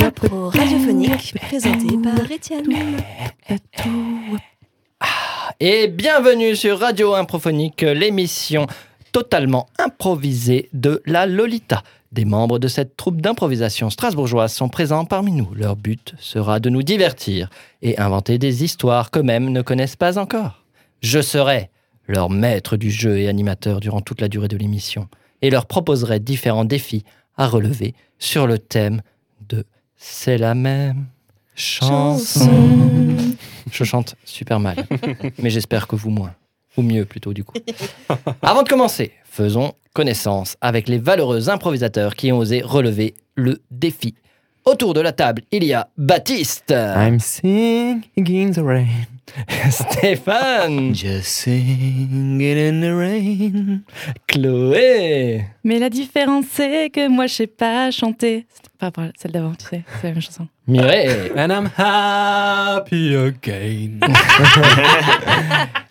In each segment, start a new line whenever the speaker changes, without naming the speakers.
Apro radiophonique présenté par Étienne.
Et bienvenue sur Radio Improphonique, l'émission totalement improvisée de la Lolita. Des membres de cette troupe d'improvisation strasbourgeoise sont présents parmi nous. Leur but sera de nous divertir et inventer des histoires qu'eux-mêmes ne connaissent pas encore. Je serai leur maître du jeu et animateur durant toute la durée de l'émission et leur proposerai différents défis à relever sur le thème de C'est la même chanson. Je chante super mal, mais j'espère que vous moins. Ou mieux plutôt du coup. Avant de commencer, faisons connaissance avec les valeureux improvisateurs qui ont osé relever le défi. Autour de la table, il y a Baptiste,
I'm singing in the rain.
Stéphane,
Just singing in the rain.
Chloé,
Mais la différence, c'est que moi, je sais pas chanter. C'est- Enfin, par- celle d'avant, tu sais, c'est la même chanson.
Mireille
And I'm happy again.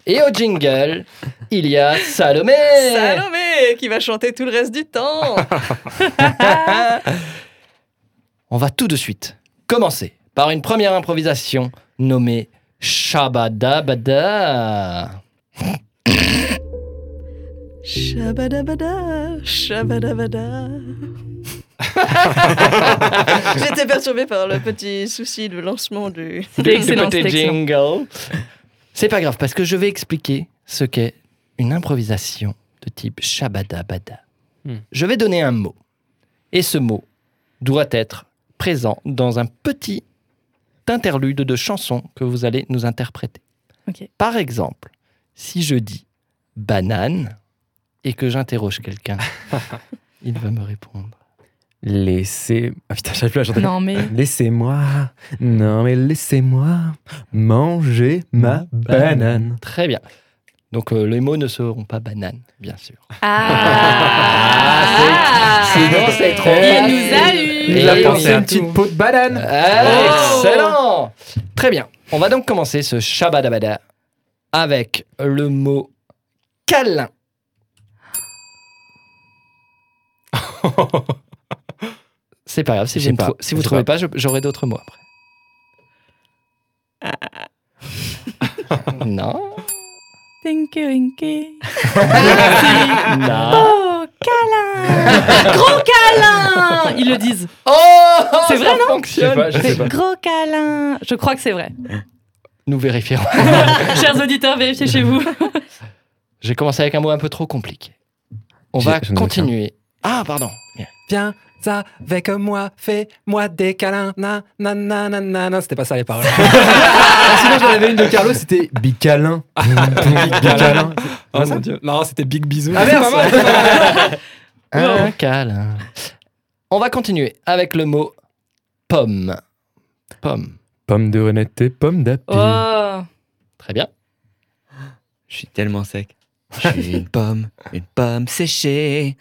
et au jingle, il y a Salomé.
Salomé qui va chanter tout le reste du temps.
On va tout de suite commencer par une première improvisation nommée Shabadabada.
Shabadabada, shabadabada. J'étais perturbée par le petit souci de lancement du.
C'était
Du
excellent,
côté
c'était excellent.
jingle. C'est pas grave parce que je vais expliquer ce qu'est une improvisation de type shabada-bada.
Hmm.
Je vais donner un mot et ce mot doit être présent dans un petit interlude de chansons que vous allez nous interpréter.
Ok.
Par exemple, si je dis banane et que j'interroge quelqu'un, il va me répondre.
Laissez. Ah putain, j'arrive plus à chanter.
Non, mais.
Laissez-moi, non mais laissez-moi manger ma banane.
Très bien. Donc euh, les mots ne seront pas banane, bien sûr.
Ah
c'est- sinon, c'est trop
Il
facile.
nous a eu
Il a
Et
pensé
c'est
à
une petite peau de banane.
Ah, Excellent Très bien. On va donc commencer ce Shabadabada avec le mot câlin. C'est pas grave, si vous
Je sais
ne
pas,
trou- si vous
je sais
trouvez pas, je- j'aurai d'autres mots après.
Ah.
non.
Tinky Winky.
Non.
Oh, câlin Gros câlin Ils le disent.
Oh
C'est vrai,
ça
non
fonctionne.
C'est Gros câlin Je crois que c'est vrai.
Nous vérifierons.
Chers auditeurs, vérifiez chez vous.
J'ai commencé avec un mot un peu trop compliqué. On
J'ai-
va
j'en ai aucun.
continuer. Ah, pardon.
Viens avec moi, fais-moi des câlins, na na na na na na. C'était pas ça les paroles. Ah, sinon j'en avais une de Carlo, c'était bicalin. bicalin. Oh mon dieu. Non, c'était big bisou. Ah merde,
Un câlin. On va continuer avec le mot pomme. Pomme.
Pomme de renette et pomme d'api.
Oh
Très bien.
Je suis tellement sec. Je suis une pomme, une pomme séchée.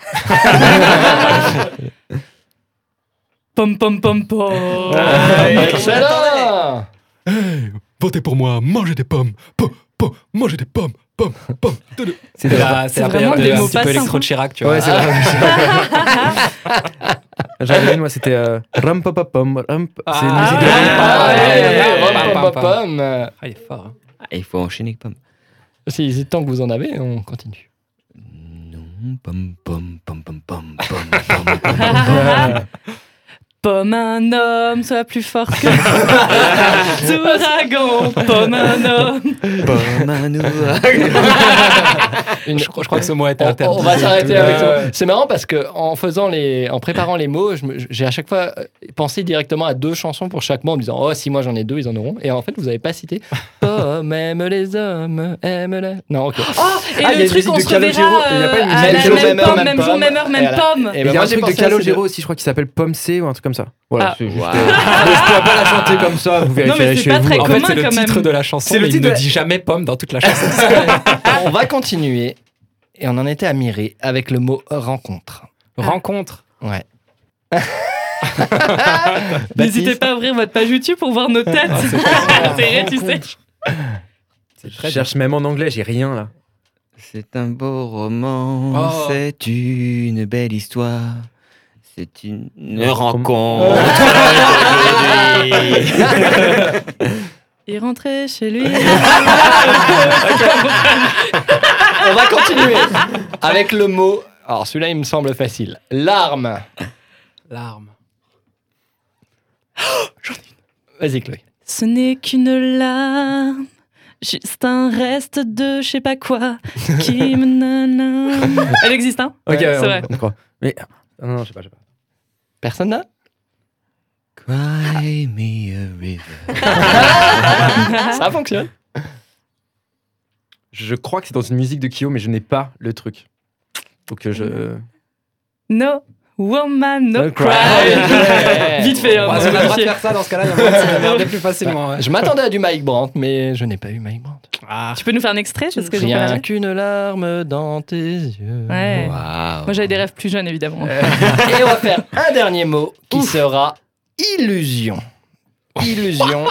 Pom pom pom pom
Ah,
Excellent
Votez pour moi, mangez des pommes, pom, pom, mangez des pommes, pommes, pommes. Doudou.
C'est la, c'est la
vraiment
période
des
de-
mots
un petit
pas
peu
simples.
électro Chirac, tu vois. Ouais, c'est J'avais une, moi, c'était euh, rum pop pom rum. C'est une
Ah,
musique
Ah,
de.
ouais, ouais, ouais,
Pam,
ouais,
pam,
pomme,
pam.
pomme.
Ah, il est fort. hein.
Ah, il faut enchaîner avec pomme.
Si c'est tant que vous en avez, on continue.
Non, Mmh, pomme, pomme, pomme, pomme, pomme, pomme, pomme, pomme.
Pomme un homme, sois plus fort que Ouragan, pomme un homme.
Pomme à nous.
Une-
Je, crois- je crois que ce mot est
on,
interdit. Euh,
on va s'arrêter avec
Ouais.
ça. C'est marrant parce que en faisant les, en préparant les mots, je me- j'ai à chaque fois euh, pensé directement à deux chansons pour chaque mot en me disant oh si moi j'en ai deux ils en auront et en fait vous avez pas cité Pomme aime les hommes aime les non ok
Oh, Et
Ah, il y a
le
une
truc,
musique
on
de
se
Calogero,
reverra
il y a pas
euh,
une
à
musique
la
de
même
Calogero,
pomme,
même
même jour,
pomme.
même heure,
Et
même
voilà.
pomme.
Et ben,
Et il y a
moi,
un
j'ai
truc de
pensé à ces
Calogero
deux.
aussi, je crois qu'il s'appelle Pomme C ou un truc comme ça. Voilà.
Ah.
c'est juste,
Waouh.
euh, mais je pourrais pas la chanter comme ça, vous vérifierez
mais c'est
chez
pas
vous.
très
En
commun,
fait, c'est le
quand même.
titre de la chanson, C'est le mais il titre ne de la-
dit jamais pomme dans toute la chanson.
on va continuer et on en était à Miré avec le mot rencontre.
Rencontre.
Ouais.
N'hésitez pas à ouvrir votre page YouTube pour voir nos têtes. C'est vrai, tu sais.
très
C'est
Je cherche même en anglais, j'ai rien là.
C'est un beau roman,
Oh.
c'est une belle histoire, c'est une
rencontre.
Il rentrait chez lui. Ah.
On va continuer avec le mot. Alors celui-là, il me semble facile. Larme.
Larme.
Vas-y, Chloé.
Ce n'est qu'une larme, juste un reste de je sais pas quoi qui me nanana. Elle existe, hein
Ok,
C'est
ouais, on-
vrai.
on croit. Mais. Non, non, je sais pas, je sais pas.
Personne là
Cry me a river.
Ah.
Ça fonctionne.
Je crois que c'est dans une musique de Kyo, mais je n'ai pas le truc. Faut que je.
No woman,
No
no
cry.
cry. Vite fait, hein,
Bah,
pour
si on a le droit de
vérifier.
faire ça dans ce cas-là, il y a moyen de se démerder plus facilement. ouais.
Je m'attendais à du Mike Brandt, mais je n'ai pas eu Mike Brandt.
Ah.
Tu peux nous faire un extrait parce que j'ai pas la
Rien
ref.
qu'une larme dans tes yeux.
Ouais.
Waouh.
Moi j'avais des rêves plus jeunes évidemment.
Et on va faire un dernier mot qui sera illusion. Illusion.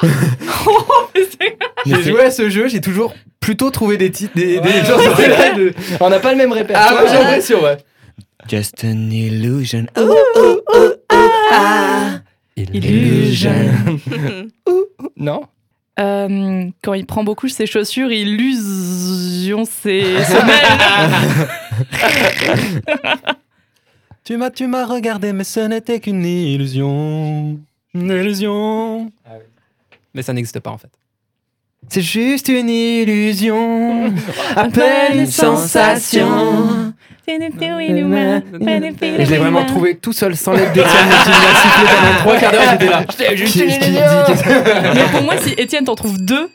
J'ai joué à ce jeu, j'ai toujours plutôt trouvé des titres, des, des gens sur les rêves de-
on n'a pas le même répertoire.
Ah, ouais, j'ai l'impression, ouais.
Just an illusion.
Illusion.
Non
Euh, quand il prend beaucoup ses chaussures, illusion ses semelles.
Tu m'as, tu m'as regardé, mais ce n'était qu'une illusion. Une illusion. Mais ça n'existe pas en fait. C'est juste une illusion, à peine une sensation. Et je l'ai vraiment trouvé tout seul sans l'aide d'Étienne qui m'a soufflé pendant trois quarts d'heure, j'étais là.
J'étais juste
Qui-
une
qui dit
illusion.
Mais pour moi, si Étienne t'en trouve deux,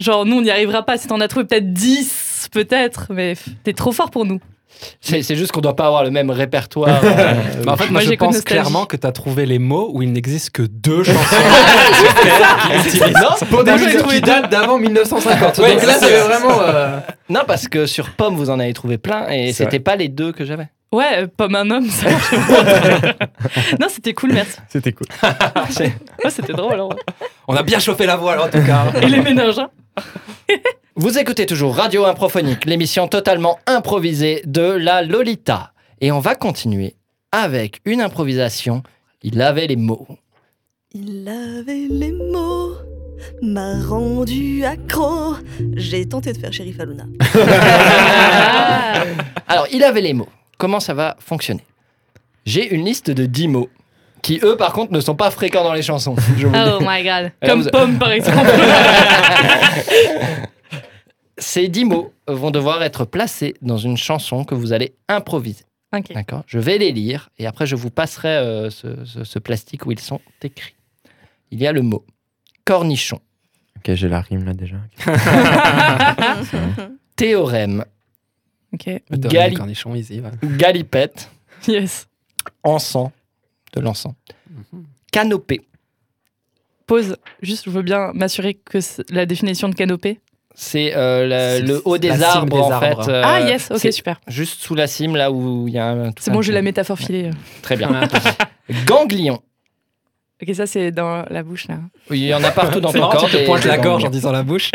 genre nous on n'y arrivera pas. Si t'en as trouvé peut-être dix, peut-être, mais f- t'es trop fort pour nous.
C'est c'est juste qu'on doit pas avoir le même répertoire. euh,
Bah, en fait, moi,
Moi,
je
j'ai que
pense
nostalgie.
clairement que t'as trouvé les mots où il n'existe que deux chansons.
non,
Pour
des musiques qui
datent d'avant 1950.
Ouais, Donc là, c'est- euh, c'est
vraiment.
non, parce que sur Pomme, vous en avez trouvé plein et
C'est
c'était pas les deux que j'avais.
Ouais, euh, pomme un homme. Ça marche pas. non, c'était cool, merci.
C'était cool.
Ouais, c'était drôle. hein.
On a bien chauffé la voile en tout cas.
Et les ménages. hein.
Vous écoutez toujours Radio Improphonique, l'émission totalement improvisée de la Lolita. Et on va continuer avec une improvisation. Il avait les mots.
Il avait les mots, m'a rendu accro. J'ai tenté de faire Sheriff Aluna.
Ah.
Alors, il avait les mots. Comment ça va fonctionner J'ai une liste de 10 mots qui, eux, par contre, ne sont pas fréquents dans les chansons. Je vous le dis.
Oh my god.
Alors,
Comme
vous-
pomme par exemple.
Ces 10 mots vont devoir être placés dans une chanson que vous allez improviser.
Ok.
D'accord Je vais les lire et après, je vous passerai euh, ce, ce- ce plastique où ils sont écrits. Il y a le mot cornichon,
Ok, j'ai la rime là déjà.
Ah.
théorème,
Ok.
Gali-
Cornichon, easy, ouais.
galipette,
Yes.
encens, de l'encens,
Mhm.
canopée,
Pause. Juste, je veux bien m'assurer que c'est- la définition de canopée.
c'est euh, la-
C'est-
le haut
c'est
des
la cime
arbres,
des
en
arbres.
fait. euh,
ah yes.
c'est
Ok, super.
Juste sous la cime, là où il y a un. tout
C'est
un
bon, j'ai
petit-
la métaphore filée.
Très bien. Ganglion.
Ok, ça c'est dans la bouche là.
Oui, il y en a partout dans
C'est
ton
marrant,
corps.
tu te
des-
pointes
des
la gorge en
ganglions.
disant la bouche.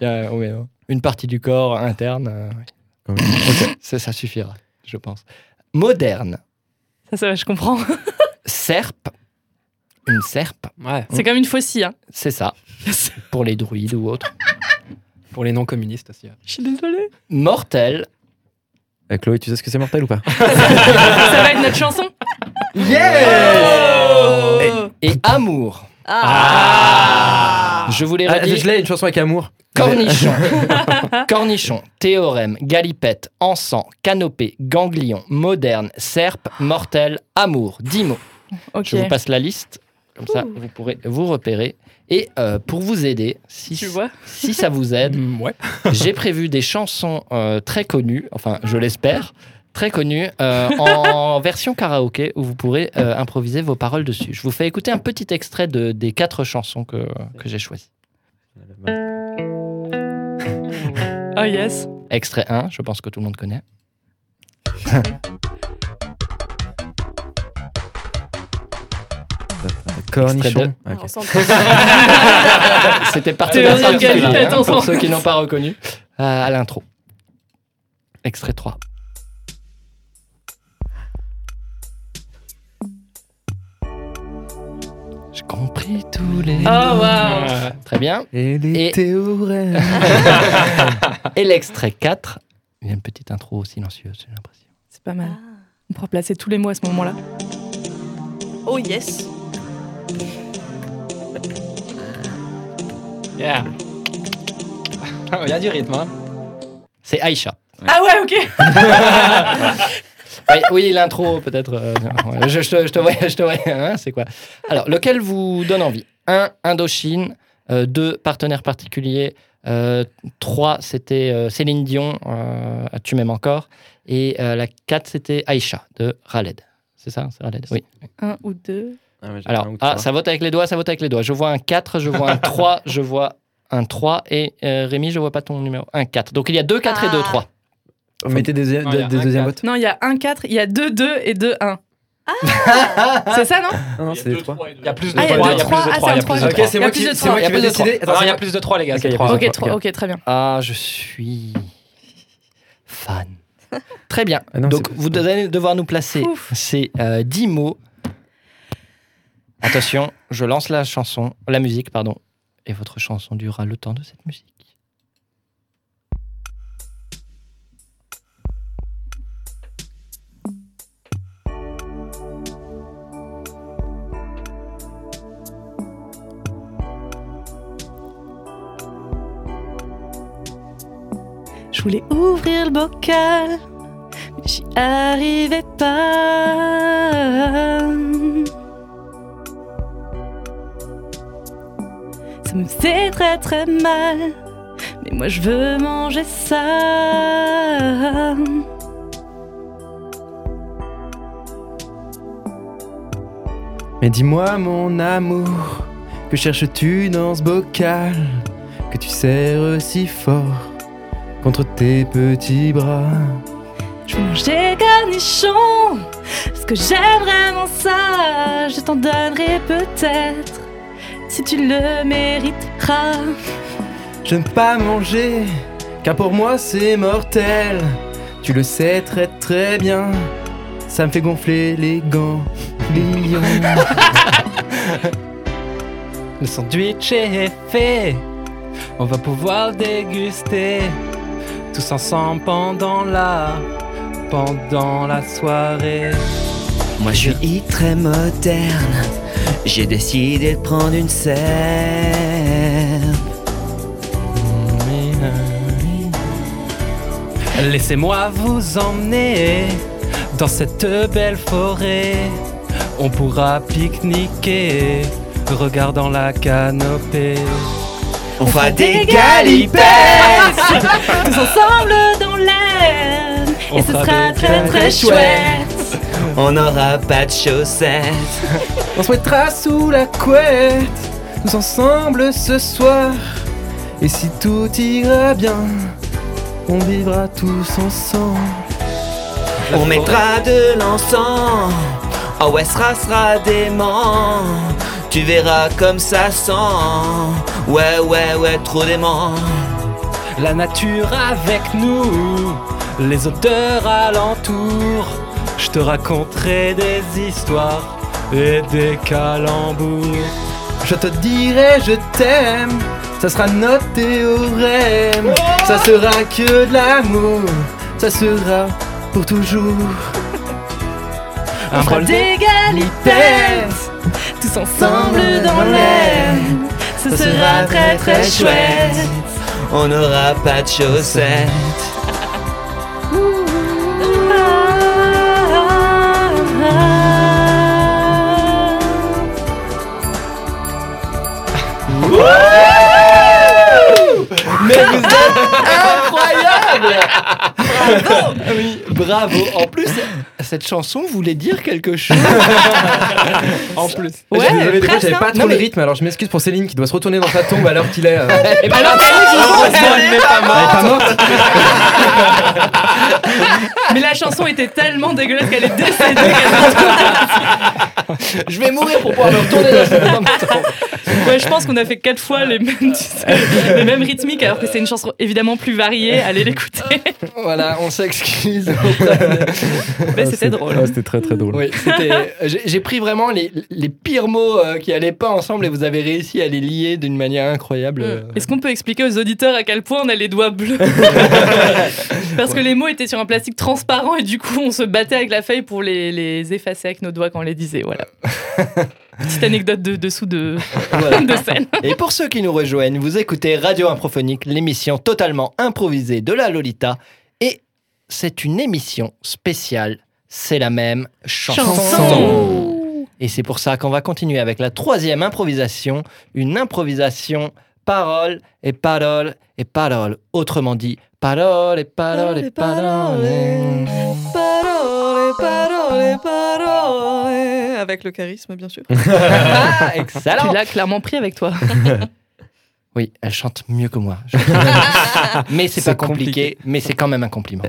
Il y a- oui, oui. Une partie du corps interne. euh, oui.
Quand
ça, ça suffira, je pense. Moderne.
Ça, ça va, je comprends.
Serpe. Une serpe,
Ouais.
C'est comme une faucille. Hein.
c'est ça. Pour les druides ou autres.
Pour les non-communistes aussi. ouais.
Je suis désolée.
Mortel.
Euh, Chloé, tu sais ce que c'est mortel ou pas
ça va être notre chanson.
Et- Et amour.
Ah.
Ah. Je vous les
Ah,
redis.
je l'ai, une chanson avec amour.
Cornichon. Cornichon, théorème, galipette, encens, canopée, ganglion, moderne, serpe, mortel, amour. 10 mots.
Ok.
Je vous passe la liste. Comme ça, vous pourrez vous repérer. Et euh, pour vous aider, si,
Tu vois.
si ça vous aide,
Mm, ouais.
j'ai prévu des chansons euh, très connues, enfin, je l'espère, très connues, euh, en version karaoké, où vous pourrez euh, improviser vos paroles dessus. Je vous fais écouter un petit extrait de- des quatre chansons que, que j'ai choisies.
Oh yes.
Extrait 1, je pense que tout le monde connaît.
Cornichon.
Alors, ensemble.
C'était parti
Théorie
d'un
de
particulier,
Galilée,
hein,
attention.
pour ceux qui n'ont pas reconnu, euh, à l'intro. Extrait 3. J'ai compris tous les...
Oh, waouh
Très bien.
Et les
Et-
théorèmes.
Et l'extrait 4, il y a une petite intro silencieuse, j'ai l'impression.
C'est pas
Ah.
mal. On pourra placer tous les mots à ce moment-là.
Oh yes.
Yeah. Il y a du rythme, hein C'est Aïcha.
Ah ouais, ok
Oui, oui, l'intro, peut-être. euh, non, je, je te- je te voyais, je te voyais. hein, c'est quoi Alors, lequel vous donne envie 1. Indochine. euh, 2. Partenaires particuliers. 3. euh, C'était euh, Céline Dion. euh, tu m'aimes encore. Et euh, la 4, c'était Aïcha de Raled. C'est ça C'est Raled Oui.
Un ou deux.
Alors, ah, ça vote avec les doigts, ça vote avec les doigts. Je vois un 4, je vois un 3, je vois un 3. Et euh, Rémi, je vois pas ton numéro. Un 4. Donc, il y a 2, 4 et 2,
Ah.
3.
Mettez des, des,
Non, il y a
des
un
deuxièmes
quatre.
votes.
Non, il y a un 4, il y a deux 2 et deux 1. c'est ça, non
Ah non, c'est des trois.
Il y a plus de
Ah, il y a
trois,
deux,
il y a
trois.
plus de
Ah, c'est
trois, il y
un
a plus
trois.
de
Ok,
trois.
c'est Il y a
c'est moi
moi plus
qui
qui- de c'est trois. moi
qui
qui
vais
vais
décider.
Non, il y a plus de trois, les gars.
Ok,
c'est
il Ah, y a
trois.
plus de
Ok,
trois,
trois,
ok.
ok, très bien.
Ah, je suis fan. Très bien.
Ah non,
Donc,
c'est-
vous allez devoir nous placer
Ouf.
ces euh, 10 mots. Attention, je lance la chanson, la musique, pardon, et votre chanson durera le temps de cette musique.
Je voulais ouvrir le bocal, mais j'y arrivais pas. Ça me fait très très mal, mais moi je veux manger ça.
Mais dis-moi, mon amour, que cherches-tu dans ce bocal que tu serres si fort contre tes petits bras
Je veux manger cornichon, parce que j'aime vraiment ça. Je t'en donnerai peut-être, si tu le mériteras.
Je ne peux pas manger, car pour moi c'est mortel. Tu le sais très très bien, ça me fait gonfler les gants. Lions. le sandwich est fait, on va pouvoir déguster tous ensemble pendant la pendant la soirée.
Ah,
Moi je suis hit très moderne. J'ai décidé de prendre une serre.
Laissez-moi vous emmener dans cette belle forêt. On pourra pique-niquer, regardant la canopée.
On fera des
galipettes
galipettes
Tous ensemble dans l'air
On
Et ce
fera
sera
des
très très
très
chouette
On n'aura pas de chaussettes.
On se mettra sous la couette, tous ensemble ce soir. Et si tout ira bien, on vivra tous ensemble.
On mettra de l'encens. Oh ouais, sera sera dément. Tu verras comme ça sent. Ouais, ouais, ouais, trop dément.
La nature avec nous, les odeurs alentour. Je te raconterai des histoires et des calembours. Je te dirai je t'aime, ça sera notre théorème. ça sera que de l'amour, ça sera pour toujours.
On fera
rôle de
des galipettes Tous ensemble dans l'air Ce sera très très chouette
Eh, On n'aura pas de chaussettes.
Ah, ah, ah.
Ah Bravo En plus, cette chanson voulait dire quelque chose.
En plus.
Ouais,
je suis désolé, des fois,
presque,
j'avais pas
hein.
trop
Non,
le
mais-
rythme, alors je m'excuse pour Céline qui doit se
Eh
Ah,
retourner dans sa tombe alors qu'il est. euh,
Et ben,
Heureusement, elle n'est pas morte.
Mais la chanson était tellement dégueulasse qu'elle est décédée.
Je vais mourir pour pouvoir me retourner dans cette tombe.
Ouais, je pense qu'on a fait quatre fois les mêmes, tu sais, les mêmes rythmiques, alors que c'est une chanson évidemment plus variée. Allez l'écouter.
Voilà, on s'excuse.
Mais c'était drôle.
ah, C'était très très drôle.
Oui, c'était- euh, j'ai j'ai pris vraiment les, les pires mots euh, qui allaient pas ensemble et vous avez réussi à les lier d'une manière incroyable. euh.
Est-ce qu'on peut expliquer aux auditeurs à quel point on a les doigts bleus Parce que les mots étaient sur un plastique transparent et du coup on se battait avec la feuille pour les, les effacer avec nos doigts quand on les disait. Voilà. Petite anecdote de dessous de,
Voilà.
de scène.
Et pour ceux qui nous rejoignent, vous écoutez Radio Improphonique, l'émission totalement improvisée de la Lolita. Et c'est une émission spéciale. C'est la même chanson. Et c'est pour ça qu'on va continuer avec la troisième improvisation, une improvisation parole et parole et parole. Autrement dit, parole et parole et parole.
Parole, parole, parole. Avec le charisme, bien sûr.
Ah,
Tu
excellent.
l'as clairement pris avec toi.
Oui, elle chante mieux que moi. Je- mais c'est
C'est
pas compliqué, mais c'est quand même un compliment.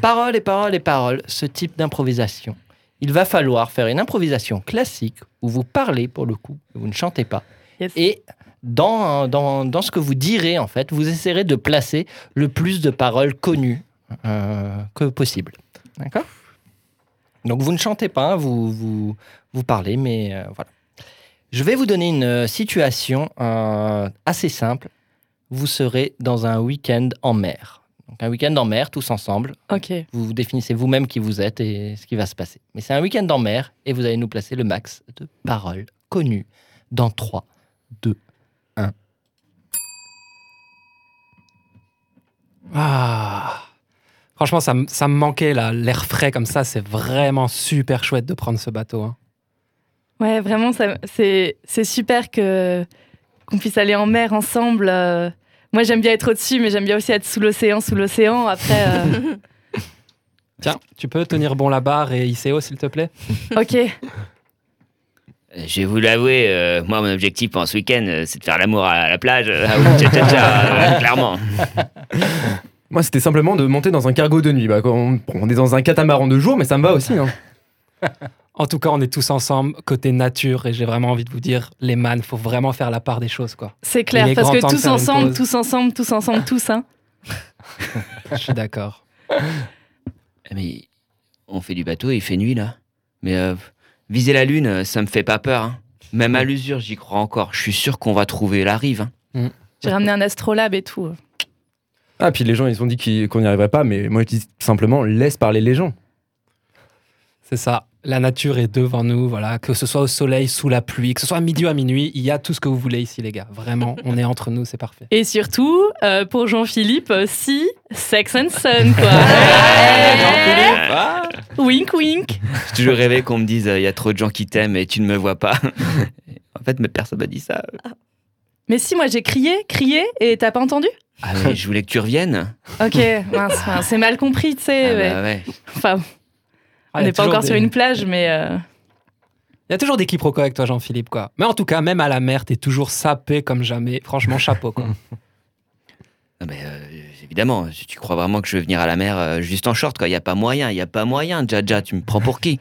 parole et parole et parole, ce type d'improvisation. Il va falloir faire une improvisation classique où vous parlez pour le coup, vous ne chantez pas.
Yes.
Et dans, dans, dans ce que vous direz, en fait, vous essaierez de placer le plus de paroles connues euh, que possible. D'accord Donc vous ne chantez pas, hein, vous, vous, vous parlez, mais euh, voilà. Je vais vous donner une euh, situation euh, assez simple. Vous serez dans un week-end en mer. Donc un week-end en mer, tous ensemble.
Ok.
Vous vous définissez vous-même qui vous êtes et ce qui va se passer. Mais c'est un week-end en mer et vous allez nous placer le max de paroles connues dans 3, 2, 1.
Ah. Franchement, ça, me- ça me manquait là, l'air frais comme ça. C'est vraiment super chouette de prendre ce bateau. hein.
Ouais, vraiment, ça- c'est c'est super que qu'on puisse aller en mer ensemble. euh. Moi, j'aime bien être au-dessus, mais j'aime bien aussi être sous l'océan, sous l'océan. Après, euh,
Tiens, tu peux tenir bon la barre et ICO s'il te plaît
ok.
Je vais vous l'avouer, euh, moi, mon objectif pendant ce week-end, euh, c'est de faire l'amour à la plage. euh, ah oui, tcha, tcha, tcha, euh, clairement.
Moi, c'était simplement de monter dans un cargo de nuit. Bah, quand on, bon, on est dans un catamaran de jour, mais ça me va aussi. hein.
En tout cas, on est tous ensemble côté nature et j'ai vraiment envie de vous dire, les man, faut vraiment faire la part des choses quoi.
C'est clair,
Il est
parce
grand
que
temps de
tous
faire une
ensemble,
pause.
tous ensemble, tous ensemble, tous, hein.
Je suis d'accord.
Eh, Mais on fait du bateau, il fait nuit là. Mais euh, viser la lune, euh, ça me fait pas peur. hein. Même à l'usure, j'y crois encore. Je suis sûr qu'on va trouver la rive. hein.
J'ai ramené un astrolabe et tout. euh.
Ah, puis les gens, ils ont dit qu'ils- qu'on n'y arriverait pas, mais moi, je dis simplement, laisse parler les gens.
C'est ça. La nature est devant nous, voilà. Que ce soit au soleil, sous la pluie, que ce soit à midi ou à minuit, il y a tout ce que vous voulez ici, les gars. Vraiment, on est entre nous, c'est parfait.
Et surtout, euh, pour Jean-Philippe, euh, si Sex and Sun, quoi. Eh, wink, wink.
J'ai toujours rêvé qu'on me dise il y a trop de gens qui t'aiment et tu ne me vois pas. en fait, mais personne m'a dit ça.
Mais si, moi, j'ai crié, crié, et t'as pas entendu
Ah mais je voulais que tu reviennes.
Ok, mince, mince, c'est mal compris, tu sais.
Ah,
Eh ouais.
bah, ouais.
Enfin,
Ah,
on
il y a
n'est pas
toujours
encore
des-
sur une plage, mais... euh,
Il y a toujours des quiproquos avec toi, Jean-Philippe, quoi. Mais en tout cas, même à la mer, t'es toujours sapé comme jamais. Franchement, chapeau, quoi.
Non, mais euh, évidemment, si tu crois vraiment que je vais venir à la mer euh, juste en short, quoi. Il n'y a pas moyen, il n'y a pas moyen. Dja, dja, tu me prends pour qui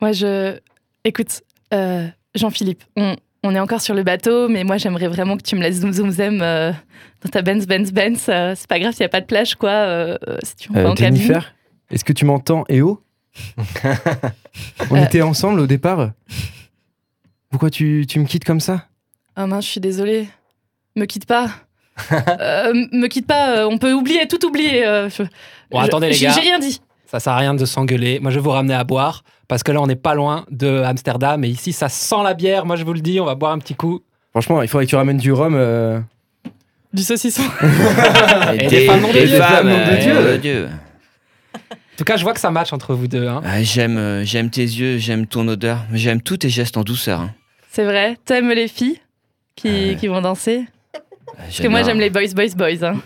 Moi, je. Écoute, euh, Jean-Philippe, on, on est encore sur le bateau, mais moi, j'aimerais vraiment que tu me laisses zoom zoom zoom euh, dans ta Benz Benz Benz. euh, c'est pas grave s'il n'y a pas de plage, quoi, euh, euh, si tu en vas
Euh,
en cabine.
Jennifer, est-ce que tu m'entends Et oh On
Euh.
était ensemble au départ. Pourquoi tu, tu me quittes comme ça
Ah mince, je suis désolée. Me quitte pas. Euh, me quitte pas, euh, on peut oublier, tout oublier. euh, je-
Bon,
je-
attendez, les
j'ai-
gars.
J'ai rien dit.
Ça sert à rien de s'engueuler. Moi, je vais vous ramener à boire parce que là, on n'est pas loin de Amsterdam et ici, ça sent la bière. Moi, je vous le dis, on va boire un petit coup.
Franchement, il faudrait que tu ramènes du rhum. euh.
Du saucisson.
Et des femmes, nom de Dieu.
Des
femmes,
femmes, nom de
euh,
Dieu.
nom de Dieu.
En tout cas, je vois que ça match entre vous deux. hein.
Ah, j'aime, euh, j'aime tes yeux, j'aime ton odeur, j'aime tous tes gestes en douceur. hein.
C'est vrai, t'aimes les filles qui,
Ouais.
qui vont danser
Ah,
Parce que moi, j'aime les boys, boys, boys. hein.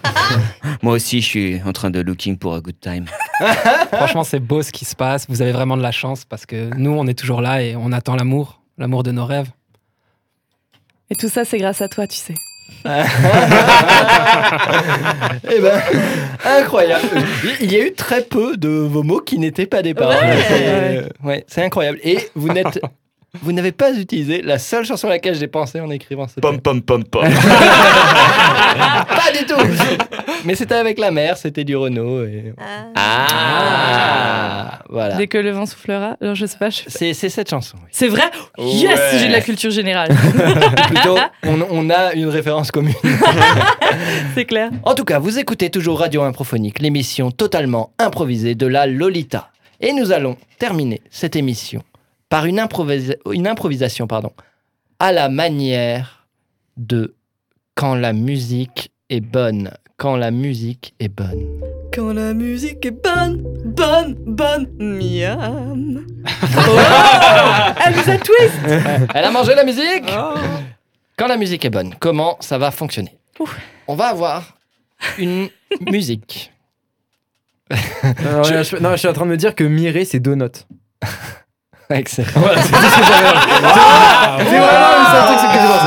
Moi aussi, je suis en train de looking pour a good time.
Franchement, c'est beau ce qui se passe. Vous avez vraiment de la chance parce que nous, on est toujours là et on attend l'amour, l'amour de nos rêves.
Et tout ça, c'est grâce à toi, tu sais.
Eh ben, incroyable. Il y a eu très peu de vos mots qui n'étaient pas des paroles.
Ouais.
C'est- ouais, c'est incroyable. Et vous n'êtes, vous n'avez pas utilisé la seule chanson à laquelle j'ai pensé en écrivant ce
Pom pom pom pom.
Pas du tout. Mais c'était avec la mer, c'était du Renault. et-
Ah.
Ah, voilà.
Dès que le vent soufflera, non, je sais pas. je-
C'est, c'est cette chanson. oui.
C'est vrai Yes,
Ouais.
j'ai de la culture générale.
Plutôt, on, on a une référence commune.
C'est clair.
En tout cas, vous écoutez toujours Radio Improphonique, l'émission totalement improvisée de la Lolita. Et nous allons terminer cette émission par une, improvisa- une improvisation pardon, à la manière de quand la musique est bonne. Quand la musique est bonne.
Quand la musique est bonne, bonne, bonne, miam.
Elle nous a twist
Elle a mangé la musique Quand la musique est bonne, comment ça va fonctionner On va avoir une musique.
Non, je... je- non, je suis en train de me dire que mirer, c'est deux notes.
Excellent.
Ah
C'est vraiment le seul truc, c'est que j'ai pensé.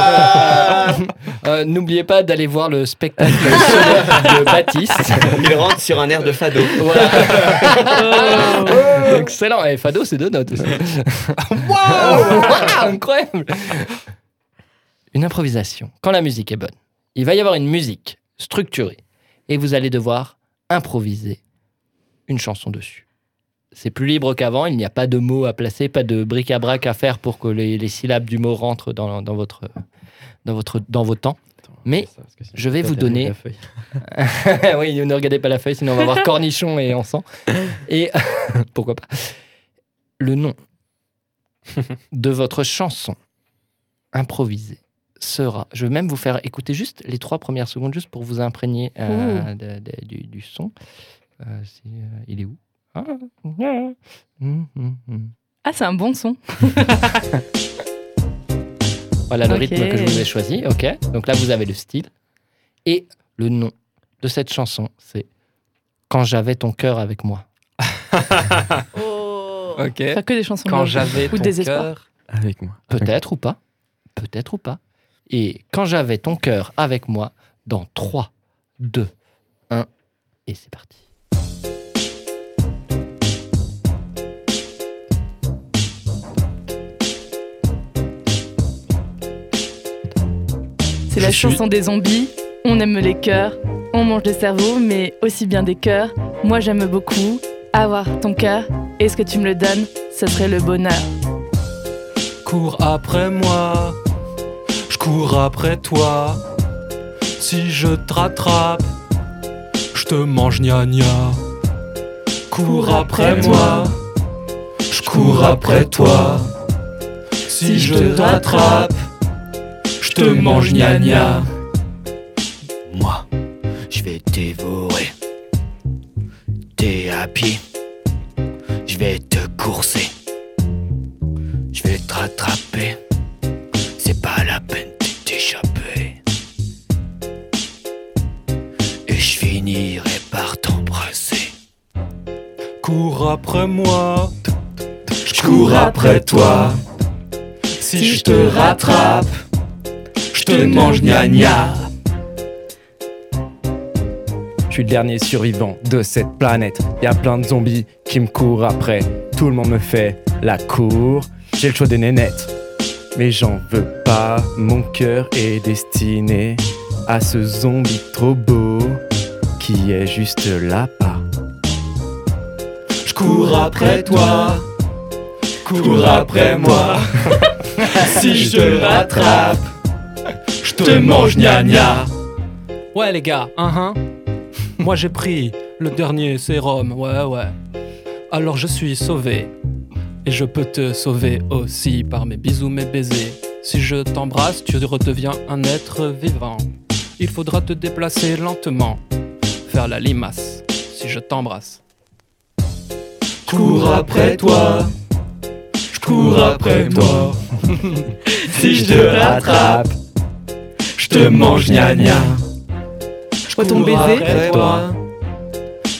Euh, N'oubliez pas d'aller voir le spectacle solo de Baptiste.
Il rentre sur un air de fado.
Voilà. Excellent. Et Fado, c'est deux notes aussi. Waouh Incroyable Une improvisation. Quand la musique est bonne, il va y avoir une musique structurée et vous allez devoir improviser une chanson dessus. C'est plus libre qu'avant, il n'y a pas de mots à placer, pas de bric-à-brac à faire pour que les, les syllabes du mot rentrent dans, dans votre, dans, votre, dans vos temps. Mais je vais vous donner Ah oui, ne regardez pas la feuille, sinon on va voir cornichon et sang. Et pourquoi pas Le nom de votre chanson improvisée sera. Je vais même vous faire écouter juste les trois premières secondes, juste pour vous imprégner euh, de- de- du, du son. Euh, si, euh, il est où Ah, ah, hum, hum, hum.
Ah, c'est un bon son.
Voilà le
Ok.
rythme que je vous ai choisi. Ok. Donc là, vous avez le style et le nom de cette chanson, c'est Quand j'avais ton cœur avec moi.
Oh.
Ok.
Faire que des chansons.
Quand
blanches.
j'avais
Ou
ton
de désespoir.
cœur.
Avec moi.
Peut-être ou pas. Peut-être ou pas. Et quand j'avais ton cœur avec moi, dans 3, 2, 1, et c'est parti.
C'est la chanson des zombies. On aime les cœurs, on mange des cerveaux, mais aussi bien des cœurs. Moi j'aime beaucoup avoir ton cœur. Est-ce que tu me le donnes Ce serait le bonheur.
Cours après moi, je cours après toi. Si je te rattrape, je te mange gna gna. Cours après moi, je cours après toi. Si je te rattrape, je te mange gna gna.
Moi, je vais dévorer tes pied Je vais te courser. Je vais te rattraper. C'est pas la peine de t'échapper. Et je finirai par t'embrasser.
Cours après moi, je cours après toi. Si je te rattrape, je te mange gna gna.
Je suis le dernier survivant de cette planète. Y a plein de zombies qui me courent après. Tout le monde me fait la cour. J'ai le choix des nénettes. Mais j'en veux pas. Mon cœur est destiné à ce zombie trop beau qui est juste là-bas.
Je cours après toi, cours après moi. si je te rattrape, je te mange gna gna. Ouais les gars, hein hein. Moi j'ai pris le dernier sérum, ouais ouais. Alors je suis sauvé. Et je peux te sauver aussi par mes bisous, mes baisers. Si je t'embrasse, tu redeviens un être vivant. Il faudra te déplacer lentement, faire la limace, si je t'embrasse. Je cours après toi. Je cours après toi. si je te rattrape, je te mange gna gna. Je
Ouais, ton
cours
baiser.
après toi.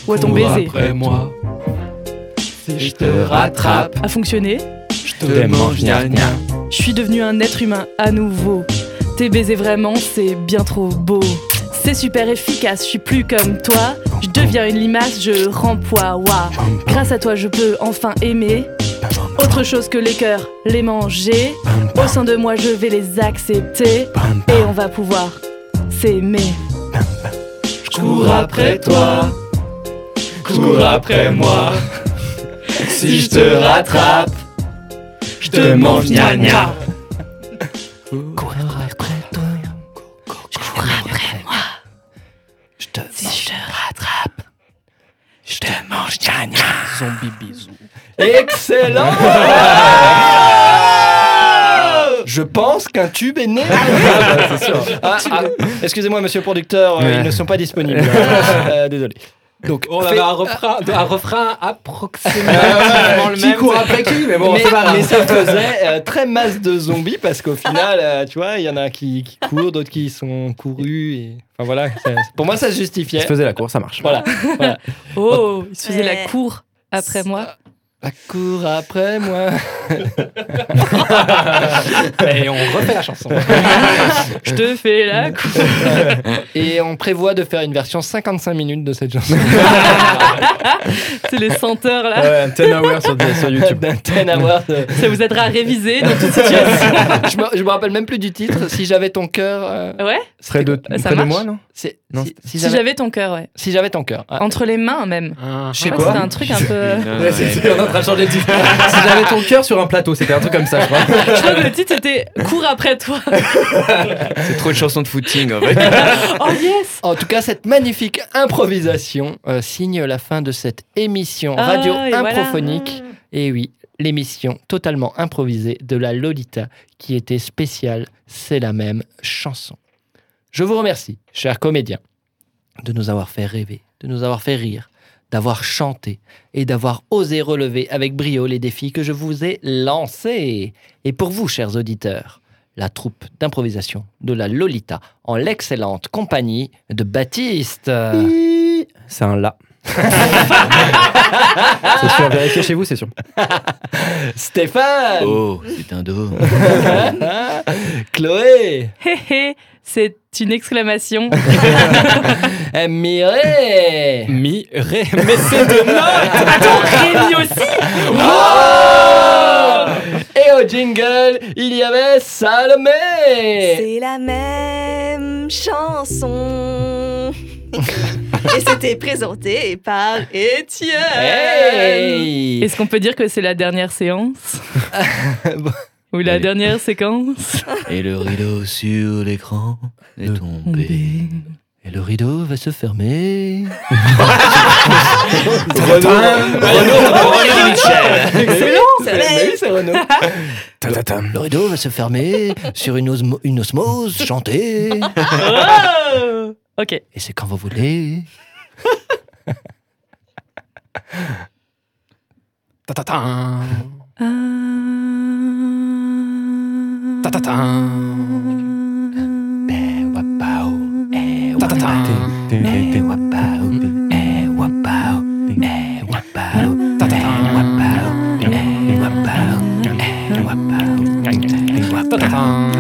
Ou à ton
cours
baiser.
après moi. Si je te rattrape,
A fonctionné.
je te mange gna gna.
Je suis devenu un être humain à nouveau. T'es baisé vraiment, c'est bien trop beau. C'est super efficace, je suis plus comme toi. Je deviens une limace, je rends poids. ouah. Grâce à toi, je peux enfin aimer. Autre chose que les cœurs, les manger. Au sein de moi, je vais les accepter. Et on va pouvoir s'aimer.
Je cours après toi, cours après moi. Si je te rattrape, je te mange gna gna.
Excellent Je pense qu'un tube est né. Ah, ah, Excusez-moi, monsieur le producteur, euh,
Ouais.
ils ne sont pas disponibles. Euh, désolé.
Donc, on
fait-
avait un refrain, un refrain
Euh,
approximativement le
Qui
même.
court
après qui, mais bon,
mais, mais ça faisait euh, très masse de zombies parce qu'au final, euh, tu vois, il y en a qui, qui courent, d'autres qui sont courus. Et... Enfin voilà, ça- pour moi ça se
Je
justifiait.
faisais la course, ça marche.
Voilà.
Oh, il se faisait la
Ouais.
cour après moi.
La cour après moi.
Et on refait la chanson.
Je te fais la cour.
Et on prévoit de faire une version 55 minutes de cette chanson.
C'est les senteurs là.
Ouais, Antenna Hour sur, sur YouTube.
D'un ten hours de-
Ça vous aidera à réviser dans toute situation.
je, me, je me rappelle même plus du titre. Si j'avais ton cœur. euh,
Ouais,
Près de,
Ça
près de
marche
moi, non
c'est-
Non,
si, si
si
j'avais
j'avais ton cœur, ouais.
si j'avais ton cœur. Ah,
Entre les mains même.
je sais
Ouais,
quoi.
C'était un truc un peu.
C'était en train de changer de titre. si j'avais ton cœur sur un plateau, c'était un truc comme ça, je crois.
Je crois que le titre c'était Cours après toi.
C'est trop de chansons de footing en fait.
Oh yes
En tout cas, cette magnifique improvisation euh, signe la fin de cette émission
Ah,
radio
et voilà. Mm.
improphonique. Et oui, l'émission totalement improvisée de la Lolita qui était spéciale, c'est la même chanson. Je vous remercie, chers comédiens, de nous avoir fait rêver, de nous avoir fait rire, d'avoir chanté et d'avoir osé relever avec brio les défis que je vous ai lancés. Et pour vous, chers auditeurs, la troupe d'improvisation de la Lolita en l'excellente compagnie de Baptiste.
C'est un la. c'est sûr, vérifiez chez vous, c'est sûr.
Stéphane
Oh, c'est un dos.
Chloé
Hé hé C'est une exclamation.
et Mireille
Mi, ré, mais c'est de notes
Ah, Attends, Rémi aussi
Oh Et au jingle, il y avait Salomé
C'est la même chanson. et c'était présenté par Étienne.
Hey
Est-ce qu'on peut dire que c'est la dernière séance
Bon.
Ou la
Allez.
dernière séquence
Et le rideau sur l'écran est tombé.
Et le rideau va se fermer.
Oh
Salut.
c'est Renaud. Le rideau va se fermer sur une, osmo- une osmose chantée.
Oh Ok.
Et c'est quand vous voulez.
Tadam.